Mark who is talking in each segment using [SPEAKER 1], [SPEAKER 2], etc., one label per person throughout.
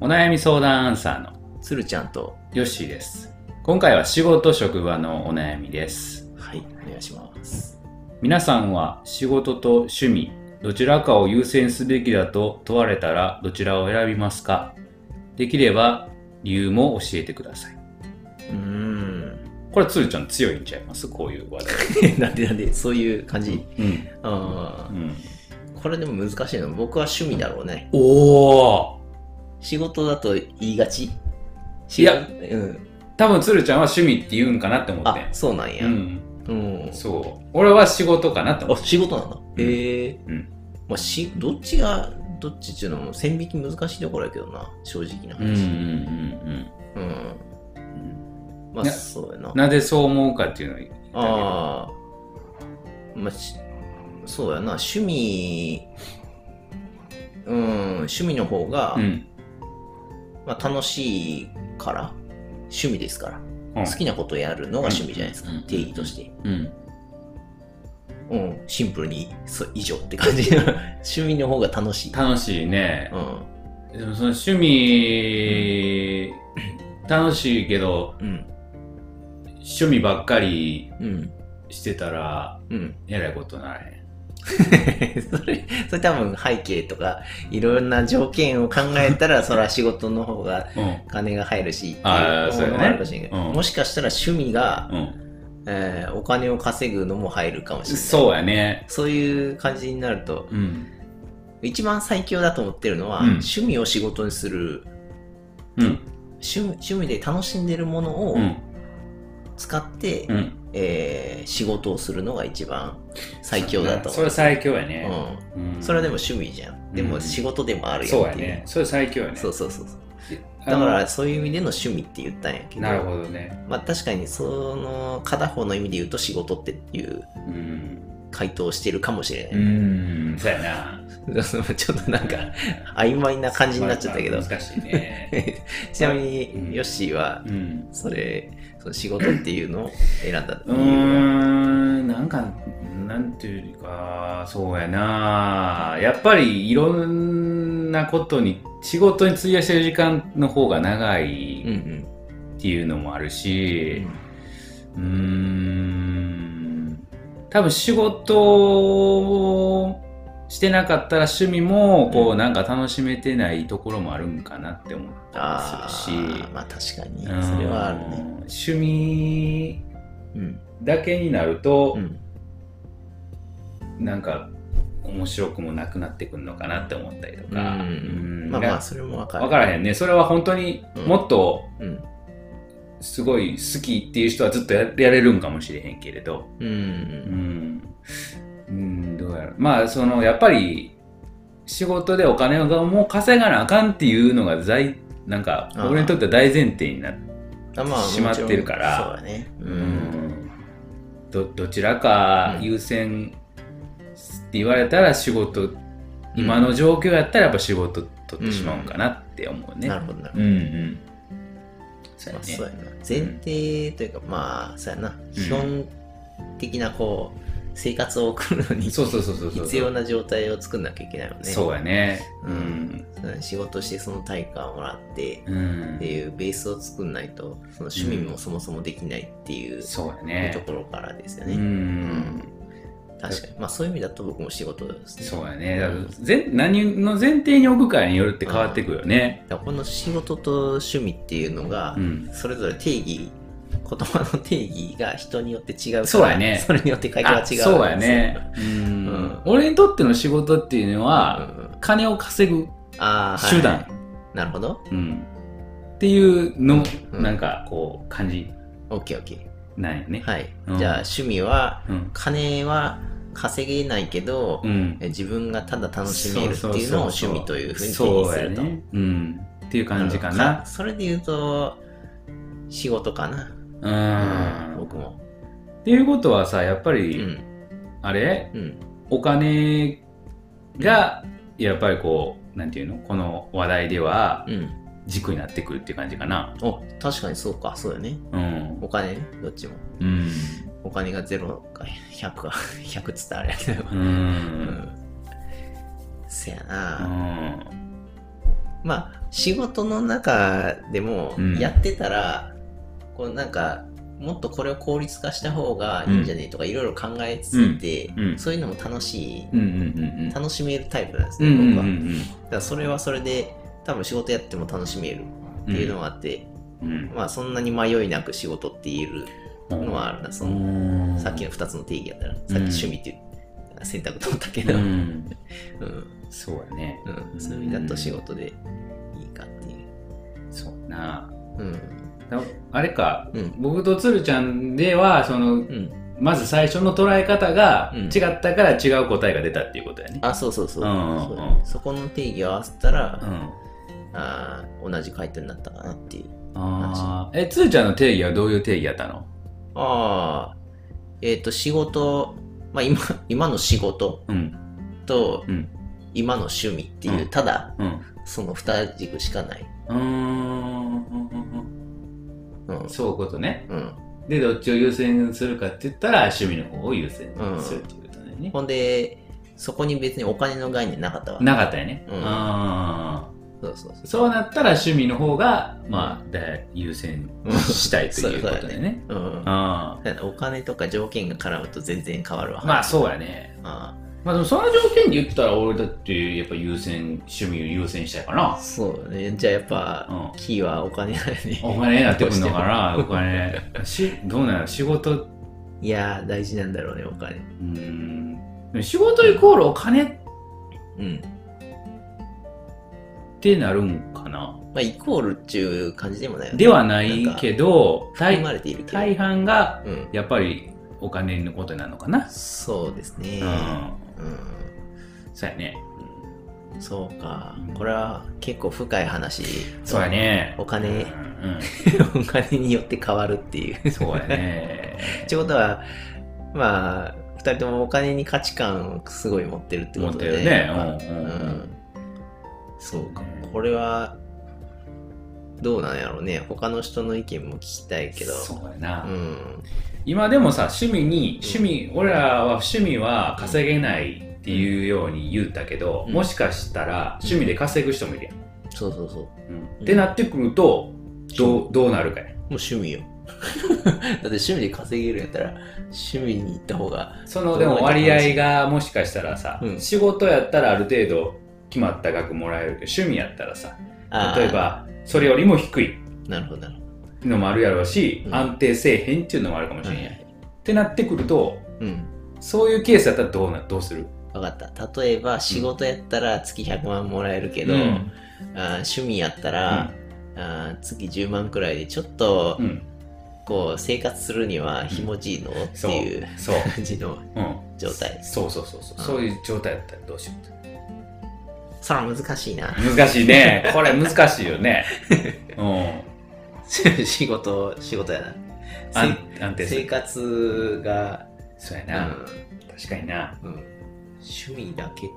[SPEAKER 1] お悩み相談アンサーの
[SPEAKER 2] つるちゃんと、
[SPEAKER 1] ヨッシーです。今回は仕事職場のお悩みです。
[SPEAKER 2] はい、お願いします。
[SPEAKER 1] 皆さんは仕事と趣味、どちらかを優先すべきだと問われたらどちらを選びますかできれば理由も教えてください。
[SPEAKER 2] うーん。
[SPEAKER 1] これ、つるちゃん強いんちゃいますこういう話題。
[SPEAKER 2] なんでなんで、そういう感じ。
[SPEAKER 1] うん。
[SPEAKER 2] あ
[SPEAKER 1] うん、
[SPEAKER 2] ーこれでも難しいの。僕は趣味だろうね。
[SPEAKER 1] おー
[SPEAKER 2] 仕事だと言いがち
[SPEAKER 1] いや
[SPEAKER 2] 仕事うん。
[SPEAKER 1] 多分つるちゃんは趣味って言うんかなって思っ
[SPEAKER 2] あ
[SPEAKER 1] て、
[SPEAKER 2] そうなんや。
[SPEAKER 1] う
[SPEAKER 2] うん。
[SPEAKER 1] ん。そう。俺は仕事かなって思
[SPEAKER 2] あ、
[SPEAKER 1] って。
[SPEAKER 2] 仕事なんだ。
[SPEAKER 1] うん
[SPEAKER 2] へえ。
[SPEAKER 1] うん
[SPEAKER 2] まあ、し、どっちが、どっちっていうのも線引き難しいところやけどな、正直な
[SPEAKER 1] うんうんう
[SPEAKER 2] 話。
[SPEAKER 1] ん
[SPEAKER 2] うん。
[SPEAKER 1] うん
[SPEAKER 2] まあ、
[SPEAKER 1] ね
[SPEAKER 2] そうやな。
[SPEAKER 1] うん。なぜそう思うかっていうのを言ってあげる
[SPEAKER 2] ああ、まあ、しそうやな、趣味、うん、趣味の方が、
[SPEAKER 1] うん。
[SPEAKER 2] まあ、楽しいから、趣味ですか
[SPEAKER 1] う
[SPEAKER 2] ら、
[SPEAKER 1] ん
[SPEAKER 2] 好きなことやるのが趣味じゃないですか、
[SPEAKER 1] うん
[SPEAKER 2] 定義として。
[SPEAKER 1] うん。
[SPEAKER 2] うん、シンプルに、そう、以上って感じ。趣味の方が楽しい。
[SPEAKER 1] 楽しいね
[SPEAKER 2] う。ん、
[SPEAKER 1] でもその趣味、楽しいけど、
[SPEAKER 2] うん、
[SPEAKER 1] 趣味ばっかり
[SPEAKER 2] うん、
[SPEAKER 1] してたら、
[SPEAKER 2] うん。
[SPEAKER 1] えらいことない。
[SPEAKER 2] それ、それ多分背景とか、いろんな条件を考えたら、そら仕事の方が
[SPEAKER 1] うん。
[SPEAKER 2] 金が入るし、
[SPEAKER 1] あー
[SPEAKER 2] っていのも
[SPEAKER 1] そうやね
[SPEAKER 2] あるかもしれんけど
[SPEAKER 1] うん
[SPEAKER 2] もしかしたら趣味が、
[SPEAKER 1] うん。
[SPEAKER 2] えーお金を稼ぐのも入るかもしれない。
[SPEAKER 1] そうやね。
[SPEAKER 2] そういう感じになると、
[SPEAKER 1] うん。
[SPEAKER 2] 一番最強だと思ってるのは、
[SPEAKER 1] うん
[SPEAKER 2] 趣味を仕事にする
[SPEAKER 1] うん。
[SPEAKER 2] 趣味、趣味で楽しんでるものを
[SPEAKER 1] うん。
[SPEAKER 2] 使って、
[SPEAKER 1] うん。
[SPEAKER 2] えー仕事をするのが一番最強だと
[SPEAKER 1] そ
[SPEAKER 2] 思う。
[SPEAKER 1] れ最強や
[SPEAKER 2] そ
[SPEAKER 1] ね。うん
[SPEAKER 2] ん、それはでも趣味じゃん。で
[SPEAKER 1] う
[SPEAKER 2] も
[SPEAKER 1] ん
[SPEAKER 2] 仕事でもある
[SPEAKER 1] そ
[SPEAKER 2] よ
[SPEAKER 1] う
[SPEAKER 2] っ
[SPEAKER 1] や
[SPEAKER 2] ていう。
[SPEAKER 1] ね。それ最強やね。
[SPEAKER 2] そうそうそうそう。
[SPEAKER 1] あ
[SPEAKER 2] だ
[SPEAKER 1] の
[SPEAKER 2] からそういう意味での趣味って言ったんやけど。
[SPEAKER 1] なるほどね。
[SPEAKER 2] まあ確かにその片方の意味で言うと仕事っていう
[SPEAKER 1] うん。
[SPEAKER 2] 回答をしてるかもしれ
[SPEAKER 1] う
[SPEAKER 2] ない。
[SPEAKER 1] ん。そうやな。
[SPEAKER 2] ちょっとなんか曖昧な感じになっちゃったけど
[SPEAKER 1] まあ。まあ難しいね。
[SPEAKER 2] ちなみ
[SPEAKER 1] うん
[SPEAKER 2] にヨッシーは
[SPEAKER 1] うん。
[SPEAKER 2] それ、その仕事っていうのを選んだ
[SPEAKER 1] うー
[SPEAKER 2] 理由は
[SPEAKER 1] ん、なんか、なんていうか、そうやなやっぱりいろんなことに、仕事に費やしてる時間の方が長
[SPEAKER 2] うんう
[SPEAKER 1] い
[SPEAKER 2] ん。
[SPEAKER 1] っていうのもある
[SPEAKER 2] う
[SPEAKER 1] し
[SPEAKER 2] ん、
[SPEAKER 1] うーん、多分仕事をしてなかったら趣味も、こ
[SPEAKER 2] う
[SPEAKER 1] う、
[SPEAKER 2] ん
[SPEAKER 1] なんか楽しめてないところもあるんかなって思う。
[SPEAKER 2] あ
[SPEAKER 1] するし
[SPEAKER 2] あ、まあ確かに。それはあるね。
[SPEAKER 1] うん趣味
[SPEAKER 2] うん。
[SPEAKER 1] だけになると、
[SPEAKER 2] うん。
[SPEAKER 1] なんか面白くもなくなってくるのかなって思ったりと
[SPEAKER 2] う
[SPEAKER 1] か、
[SPEAKER 2] ん
[SPEAKER 1] うん
[SPEAKER 2] まあ
[SPEAKER 1] な
[SPEAKER 2] まあ、それもわかる。
[SPEAKER 1] 分からへんねそれは本当に
[SPEAKER 2] うん
[SPEAKER 1] もっと
[SPEAKER 2] うん。
[SPEAKER 1] すごい好きっていう人はずっとややれるんかもしれへんけれど
[SPEAKER 2] う。
[SPEAKER 1] うんん、うん、どうやろまあそのやっぱり仕事でお金がもう稼がなあかんっていうのが在なんか
[SPEAKER 2] あー
[SPEAKER 1] 俺にとっては大前提になって、
[SPEAKER 2] あまあ
[SPEAKER 1] しまってるから
[SPEAKER 2] もちろんそうだね。う。
[SPEAKER 1] うんん、どどちらか優先って言われたら仕事今の状況やったらやっぱ仕事取ってしまうんかなって思うね。
[SPEAKER 2] なるほど、なるほど
[SPEAKER 1] うんうん。そうや
[SPEAKER 2] まあ、
[SPEAKER 1] ね
[SPEAKER 2] そうやな前提というか、まあそうやな基本的なこう生活を送るのに
[SPEAKER 1] そうそうそうそうそう。
[SPEAKER 2] 必要な状態を作んなきゃいけないもんね
[SPEAKER 1] そうやね。う
[SPEAKER 2] うんん。うん仕事してその対価をもらって
[SPEAKER 1] う
[SPEAKER 2] って
[SPEAKER 1] ん。
[SPEAKER 2] いうベースを作んないとその趣味もそもそもできないっていう,、
[SPEAKER 1] そうや
[SPEAKER 2] と
[SPEAKER 1] ね。
[SPEAKER 2] ころからですよ
[SPEAKER 1] う
[SPEAKER 2] ね、
[SPEAKER 1] ん。
[SPEAKER 2] 確かにまあそういう意味だと僕も仕事ですね
[SPEAKER 1] そうやね。だからぜ何の前提に置くかによるって変わってくるよね。
[SPEAKER 2] だからこの仕事と趣味っていうのが、
[SPEAKER 1] うん。
[SPEAKER 2] それぞれ定義言葉の定義が人によって違うから
[SPEAKER 1] そうやね
[SPEAKER 2] それによって会話が違うん
[SPEAKER 1] あ
[SPEAKER 2] ですよ
[SPEAKER 1] そうやね。う
[SPEAKER 2] うん
[SPEAKER 1] ん。俺にとっての仕事っていうのは、
[SPEAKER 2] うんうん
[SPEAKER 1] 金を稼ぐ
[SPEAKER 2] あー
[SPEAKER 1] 手
[SPEAKER 2] はいは
[SPEAKER 1] 段。
[SPEAKER 2] いなるほど。
[SPEAKER 1] うん。っていうの、
[SPEAKER 2] うん
[SPEAKER 1] なんかこう、感じ
[SPEAKER 2] OK、OK。
[SPEAKER 1] ないよね。
[SPEAKER 2] はい。
[SPEAKER 1] うん
[SPEAKER 2] じゃあ、趣味は、
[SPEAKER 1] うん。
[SPEAKER 2] 金は稼げないけど、
[SPEAKER 1] うん。
[SPEAKER 2] え自分がただ楽しめるっていうのを趣味というふうに定
[SPEAKER 1] そ
[SPEAKER 2] 義
[SPEAKER 1] う
[SPEAKER 2] す
[SPEAKER 1] や
[SPEAKER 2] ると。
[SPEAKER 1] ね。うん。っていう感じか
[SPEAKER 2] なるほど
[SPEAKER 1] な
[SPEAKER 2] か。それで言うと、仕事かな。
[SPEAKER 1] うん。
[SPEAKER 2] 僕も。
[SPEAKER 1] っていうことはさ、やっぱ
[SPEAKER 2] う
[SPEAKER 1] り、
[SPEAKER 2] ん。
[SPEAKER 1] あれ
[SPEAKER 2] うん。
[SPEAKER 1] お金が、やっぱりこう、なんていうのこの話題では
[SPEAKER 2] うん。
[SPEAKER 1] 軸になってくるっていう感じかな。
[SPEAKER 2] お、確かにそうか。そうだよね。
[SPEAKER 1] うん。
[SPEAKER 2] お金ね。どっちも。
[SPEAKER 1] うん。
[SPEAKER 2] お金が0か100か。100っつった らあれやけど。
[SPEAKER 1] う。
[SPEAKER 2] うんん。せやな。
[SPEAKER 1] うん
[SPEAKER 2] まあ仕事の中でも
[SPEAKER 1] うん
[SPEAKER 2] やってたら、こうなんかもっとこれを効率化した方がいいんじゃねえとかいろいろ考えつつて、
[SPEAKER 1] うんうん
[SPEAKER 2] そういうのも楽しい、
[SPEAKER 1] うんうん
[SPEAKER 2] 楽しめるタイプなんです
[SPEAKER 1] うんう
[SPEAKER 2] ね、
[SPEAKER 1] んうん
[SPEAKER 2] 僕はだからそれはそれで多分仕事やっても楽しめるっていうのがあって、
[SPEAKER 1] うん
[SPEAKER 2] まあそんなに迷いなく仕事って言える
[SPEAKER 1] うん
[SPEAKER 2] のはあるなその、さっきの2つの定義やったらさっき趣味っていう選択取ったけど、
[SPEAKER 1] う
[SPEAKER 2] うん
[SPEAKER 1] ん
[SPEAKER 2] うん
[SPEAKER 1] そうやね
[SPEAKER 2] そういう意味だと仕事でいいかっていう
[SPEAKER 1] そうやな
[SPEAKER 2] うん
[SPEAKER 1] だあれか
[SPEAKER 2] うん
[SPEAKER 1] 僕とつるちゃんではその
[SPEAKER 2] うん
[SPEAKER 1] まず最初の捉え方が
[SPEAKER 2] うん
[SPEAKER 1] 違ったから違う答えが出たっていうことやね
[SPEAKER 2] あそうそうそう,、
[SPEAKER 1] うんうんうん
[SPEAKER 2] そうそこの定義を合わせたら、
[SPEAKER 1] うん
[SPEAKER 2] あー同じ回答になったかなっていう
[SPEAKER 1] あーえつるちゃんの定義はどういう定義やったの
[SPEAKER 2] ああえっ、と仕事まあ今今の仕事
[SPEAKER 1] うん
[SPEAKER 2] と
[SPEAKER 1] うん
[SPEAKER 2] 今の趣味っていう、
[SPEAKER 1] うん
[SPEAKER 2] ただ
[SPEAKER 1] うん
[SPEAKER 2] その2軸しかない、
[SPEAKER 1] うーんうんうん
[SPEAKER 2] うん
[SPEAKER 1] うんそういうことね
[SPEAKER 2] うん、
[SPEAKER 1] でどっちを優先するかって言ったら趣味の方を優先するっていうことだよね、
[SPEAKER 2] ほんでそこに別にお金の概念なかったわ
[SPEAKER 1] なかったよね、
[SPEAKER 2] うん
[SPEAKER 1] あ
[SPEAKER 2] そうそうそう
[SPEAKER 1] ーそうなったら趣味の方がまあだ優先したいということだよ ね
[SPEAKER 2] うん
[SPEAKER 1] あー
[SPEAKER 2] お金とか条件が絡むと全然変わるわ。
[SPEAKER 1] まあそうやね
[SPEAKER 2] あ
[SPEAKER 1] まあでもその条件で言ったら俺だってやっぱ優先趣味を優先したいか
[SPEAKER 2] あ
[SPEAKER 1] な
[SPEAKER 2] そうね。じゃあやっぱ、
[SPEAKER 1] うん
[SPEAKER 2] キーはお金だよね。
[SPEAKER 1] お金になってくるのかなお金しどうなの仕事
[SPEAKER 2] いやー、大事なんだろうね、お金。
[SPEAKER 1] うーんでも仕事イコールお金っ
[SPEAKER 2] うん。
[SPEAKER 1] てなるんかな
[SPEAKER 2] まあ、イコールっちゅう感じでもないよね。
[SPEAKER 1] ではないけど
[SPEAKER 2] 含
[SPEAKER 1] 大
[SPEAKER 2] まれているけど。
[SPEAKER 1] 大半が
[SPEAKER 2] うん。
[SPEAKER 1] やっぱりお金のことなのかな
[SPEAKER 2] そうですね
[SPEAKER 1] う。ん
[SPEAKER 2] うん。
[SPEAKER 1] そうやね
[SPEAKER 2] そうか。これは結構深い話。
[SPEAKER 1] そうや。ね
[SPEAKER 2] お金
[SPEAKER 1] うん
[SPEAKER 2] お金によって変わるっ ていう。
[SPEAKER 1] うんそうやね
[SPEAKER 2] ってことは、まあ、二人ともお金に価値観をすごい持ってるって
[SPEAKER 1] 思
[SPEAKER 2] こ
[SPEAKER 1] った
[SPEAKER 2] とだ
[SPEAKER 1] よ
[SPEAKER 2] よ
[SPEAKER 1] ね
[SPEAKER 2] ね。
[SPEAKER 1] うんうんうん
[SPEAKER 2] そうか。これは、どうなんやろうね。他の人の意見も聞きたいけど。
[SPEAKER 1] そうやな、
[SPEAKER 2] うん。
[SPEAKER 1] 今でもさ趣味に趣味俺らは趣味は稼げないっていうように言ったけど、
[SPEAKER 2] うん
[SPEAKER 1] もしかしたら趣味で稼ぐ人もいるやん、
[SPEAKER 2] そうそうそう。も
[SPEAKER 1] うんってなってくるとどうどうなるかね
[SPEAKER 2] う趣 味よ。だって趣味で稼げるんやったら、趣味に行った方が、
[SPEAKER 1] そのでも割合がもしかしたらさ、
[SPEAKER 2] うん
[SPEAKER 1] 仕事やったらある程度決まった額もらえるけど趣味やったらさ
[SPEAKER 2] あー
[SPEAKER 1] 例え。ばそれよりも低い
[SPEAKER 2] なるほど、なるほ
[SPEAKER 1] のもあるやろうし、
[SPEAKER 2] うん
[SPEAKER 1] 安定せえへんっていうのもあるかもし
[SPEAKER 2] ど。
[SPEAKER 1] れんやん、ってなってくると
[SPEAKER 2] うん。
[SPEAKER 1] そういうケースやったらどうなどうする
[SPEAKER 2] わかった。例えば、仕事やったら月100万もらえるけど、
[SPEAKER 1] うん
[SPEAKER 2] あー趣味やったら、あー月10万くらいでちょっと
[SPEAKER 1] うん、
[SPEAKER 2] こう生活するにはひもじいのって
[SPEAKER 1] そう
[SPEAKER 2] いう
[SPEAKER 1] そう、
[SPEAKER 2] 感じの
[SPEAKER 1] うん、
[SPEAKER 2] 状態
[SPEAKER 1] そうそうそうそう、
[SPEAKER 2] うん
[SPEAKER 1] そういう状態だったらどうしよう
[SPEAKER 2] そら難しいな
[SPEAKER 1] 難しいね これ難しいよねう
[SPEAKER 2] 仕事仕事や
[SPEAKER 1] ん
[SPEAKER 2] な
[SPEAKER 1] 安安定
[SPEAKER 2] せ
[SPEAKER 1] す
[SPEAKER 2] 生
[SPEAKER 1] る
[SPEAKER 2] 活が、
[SPEAKER 1] そうや
[SPEAKER 2] う
[SPEAKER 1] な、
[SPEAKER 2] ん
[SPEAKER 1] 確かにな
[SPEAKER 2] うん、趣味だけ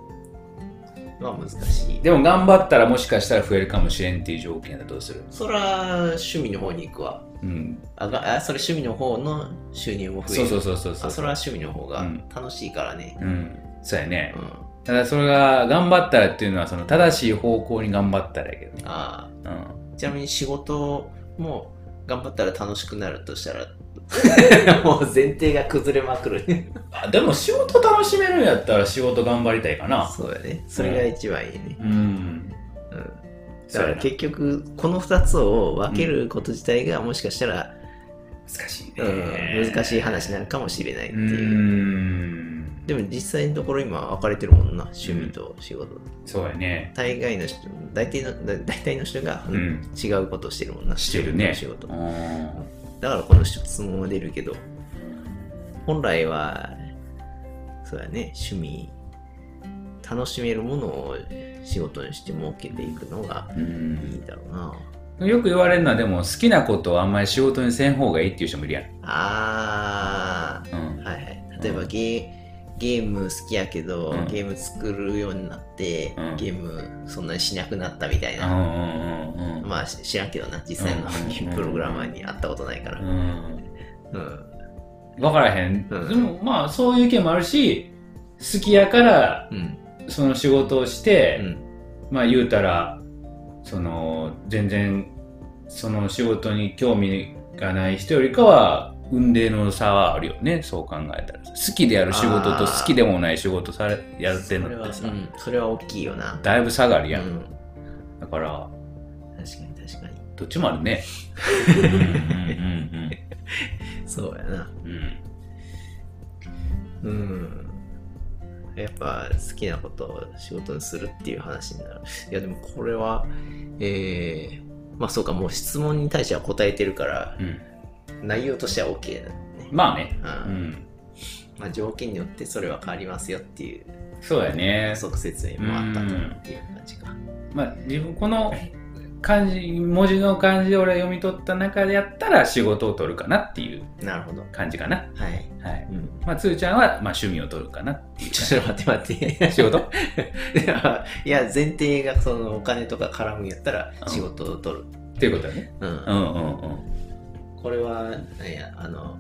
[SPEAKER 2] は難しい
[SPEAKER 1] でも頑張ったらもしかしたら増えるかもしれんっていう条件だとどうする
[SPEAKER 2] そら趣味の方に行くわ
[SPEAKER 1] うん
[SPEAKER 2] あがあそれ趣味の方の収入も増える
[SPEAKER 1] そうそうそうそうそ
[SPEAKER 2] あ
[SPEAKER 1] う
[SPEAKER 2] それは趣味の方が
[SPEAKER 1] うん
[SPEAKER 2] 楽しいからね、
[SPEAKER 1] うんそうやね
[SPEAKER 2] うん
[SPEAKER 1] ただそれが頑張ったらっていうのはその正しい方向に頑張ったらやけどね
[SPEAKER 2] あ
[SPEAKER 1] う
[SPEAKER 2] ーちなみに仕事も頑張ったら楽しくなるとした らもう前提が崩れまくる
[SPEAKER 1] んでも仕事楽しめるんやったら仕事頑張りたいかな
[SPEAKER 2] そうだね。それが一番いいね。
[SPEAKER 1] うん
[SPEAKER 2] うん。だ
[SPEAKER 1] そう
[SPEAKER 2] か
[SPEAKER 1] や
[SPEAKER 2] ら
[SPEAKER 1] な
[SPEAKER 2] 結局、この2つを分けること自体がもしかしたら、
[SPEAKER 1] 難しいね、
[SPEAKER 2] うん、難しい話なのかもしれないって
[SPEAKER 1] う
[SPEAKER 2] いう。
[SPEAKER 1] ん
[SPEAKER 2] でも実際のところ今分かれてるもんな、趣味と仕事。
[SPEAKER 1] そうやね
[SPEAKER 2] 大概の人、大体の、だ大体の人が、
[SPEAKER 1] うん
[SPEAKER 2] 違うことをしてるもんな、
[SPEAKER 1] してるね
[SPEAKER 2] 仕事
[SPEAKER 1] う
[SPEAKER 2] と仕事。
[SPEAKER 1] ん
[SPEAKER 2] だからこの質問は出るけど、本来は、そうだね、趣味、楽しめるものを仕事にして設けていくのがいいんだろうな。
[SPEAKER 1] よく言われるのはでも好きなことをあんまり仕事にせん方がいいっていう人もいるやん、
[SPEAKER 2] あ
[SPEAKER 1] うん
[SPEAKER 2] ー、はいはい。例えばゲーゲーム好きやけど、
[SPEAKER 1] うん
[SPEAKER 2] ゲーム作るようになって、
[SPEAKER 1] うん
[SPEAKER 2] ゲームそんなにしなくなったみたい
[SPEAKER 1] うん
[SPEAKER 2] な。
[SPEAKER 1] うんうん
[SPEAKER 2] まあし知らんけどな、実際の
[SPEAKER 1] うん
[SPEAKER 2] ゲームプログラマーに会ったことないから。
[SPEAKER 1] う
[SPEAKER 2] うん
[SPEAKER 1] ん
[SPEAKER 2] うん
[SPEAKER 1] 分からへん、
[SPEAKER 2] うん
[SPEAKER 1] でもまあそういう意見もあるし好きやから
[SPEAKER 2] うん
[SPEAKER 1] その仕事をして、まあ言うたらその全然その仕事に興味がない人よりかは運命の差はあるよねそう考えたら好きでやる仕事と好きでもない仕事されやってるのって
[SPEAKER 2] それ
[SPEAKER 1] さ
[SPEAKER 2] は、うん、それは大きいよな。
[SPEAKER 1] だいぶ差がある
[SPEAKER 2] う
[SPEAKER 1] やん、
[SPEAKER 2] ん、
[SPEAKER 1] だから
[SPEAKER 2] 確かに確かに。
[SPEAKER 1] どっちもあるねうん
[SPEAKER 2] そうやな。
[SPEAKER 1] うんうんうん
[SPEAKER 2] うん。やっぱ好きなことを仕事にするっていう話になる。いやでもこれは、えー、まあそうか、もう質問に対しては答えてるから
[SPEAKER 1] う、んうん
[SPEAKER 2] 内容としては OK だね。
[SPEAKER 1] まあね
[SPEAKER 2] うん
[SPEAKER 1] うん
[SPEAKER 2] まあ条件によってそれは変わりますよっていう、
[SPEAKER 1] そうやね
[SPEAKER 2] 即説明もあったとっていう感じか。
[SPEAKER 1] まあ、自分この漢字文字の漢字で俺読み取った中でやったら仕事を取るかなっていう
[SPEAKER 2] なるほど。
[SPEAKER 1] 感じかな、
[SPEAKER 2] はい。
[SPEAKER 1] はい
[SPEAKER 2] うん。
[SPEAKER 1] まあ、つーちゃんは、まあ、趣味を取る かなっていう感
[SPEAKER 2] ちょっと待って待って
[SPEAKER 1] じ。仕事
[SPEAKER 2] いやいや前提がそのお金とか絡むんやったら仕事を取る、
[SPEAKER 1] っていうことだね
[SPEAKER 2] うん
[SPEAKER 1] うんうんうん
[SPEAKER 2] これはなんやあの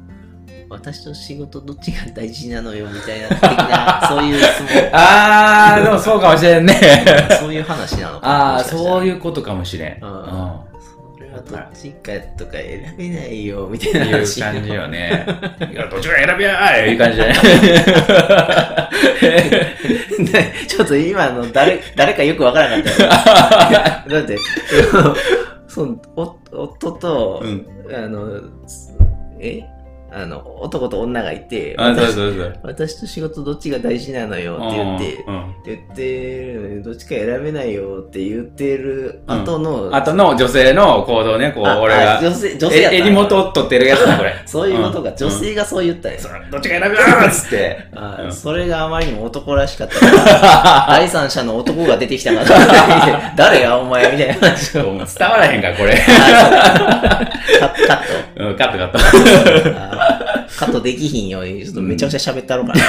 [SPEAKER 2] 私と仕事どっちが大事なのよみたいな的な そういう質問
[SPEAKER 1] あ ーでもそうかもしれんね
[SPEAKER 2] そういう話なのか
[SPEAKER 1] ああ
[SPEAKER 2] う
[SPEAKER 1] そういうことかもしれん、
[SPEAKER 2] う
[SPEAKER 1] うんん
[SPEAKER 2] これはどっちかとか選べないよみたいな
[SPEAKER 1] いう
[SPEAKER 2] 話
[SPEAKER 1] 感じよね いやどっちが選びやーいいう感じだね
[SPEAKER 2] ね ちょっと今の誰誰かよくわからなかったよ だってそのお夫と、
[SPEAKER 1] うん
[SPEAKER 2] あのえあの男と女がいて
[SPEAKER 1] あそうそうそう
[SPEAKER 2] 私と仕事どっちが大事なのよって言って、
[SPEAKER 1] うん
[SPEAKER 2] 言ってるのにどっちか選べないよって言ってる後の、
[SPEAKER 1] あとの女性の行動ねこう
[SPEAKER 2] あ
[SPEAKER 1] 俺
[SPEAKER 2] あ
[SPEAKER 1] が
[SPEAKER 2] 女性女性やった
[SPEAKER 1] え襟元取ってるやつだこれ
[SPEAKER 2] そういうことが、
[SPEAKER 1] ん
[SPEAKER 2] 女性がそう言ったんです、
[SPEAKER 1] うんどっちが選ぶよっつって
[SPEAKER 2] あー
[SPEAKER 1] うん
[SPEAKER 2] それがあまりにも男らしかったから 第三者の男が出てきたかな誰やお前みたいな話
[SPEAKER 1] そう
[SPEAKER 2] を
[SPEAKER 1] もう伝わらへんからこれ
[SPEAKER 2] カッカット
[SPEAKER 1] うんカットカット
[SPEAKER 2] あ ーカットできひんようにちょっとめちゃくちゃ喋ったろうかな、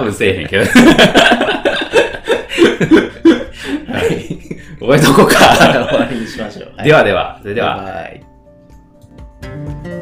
[SPEAKER 1] 多分せえへんけど。
[SPEAKER 2] はい
[SPEAKER 1] おめでとこうか。
[SPEAKER 2] 終わりにしましょう、
[SPEAKER 1] ではでは、それでは。
[SPEAKER 2] バイバイ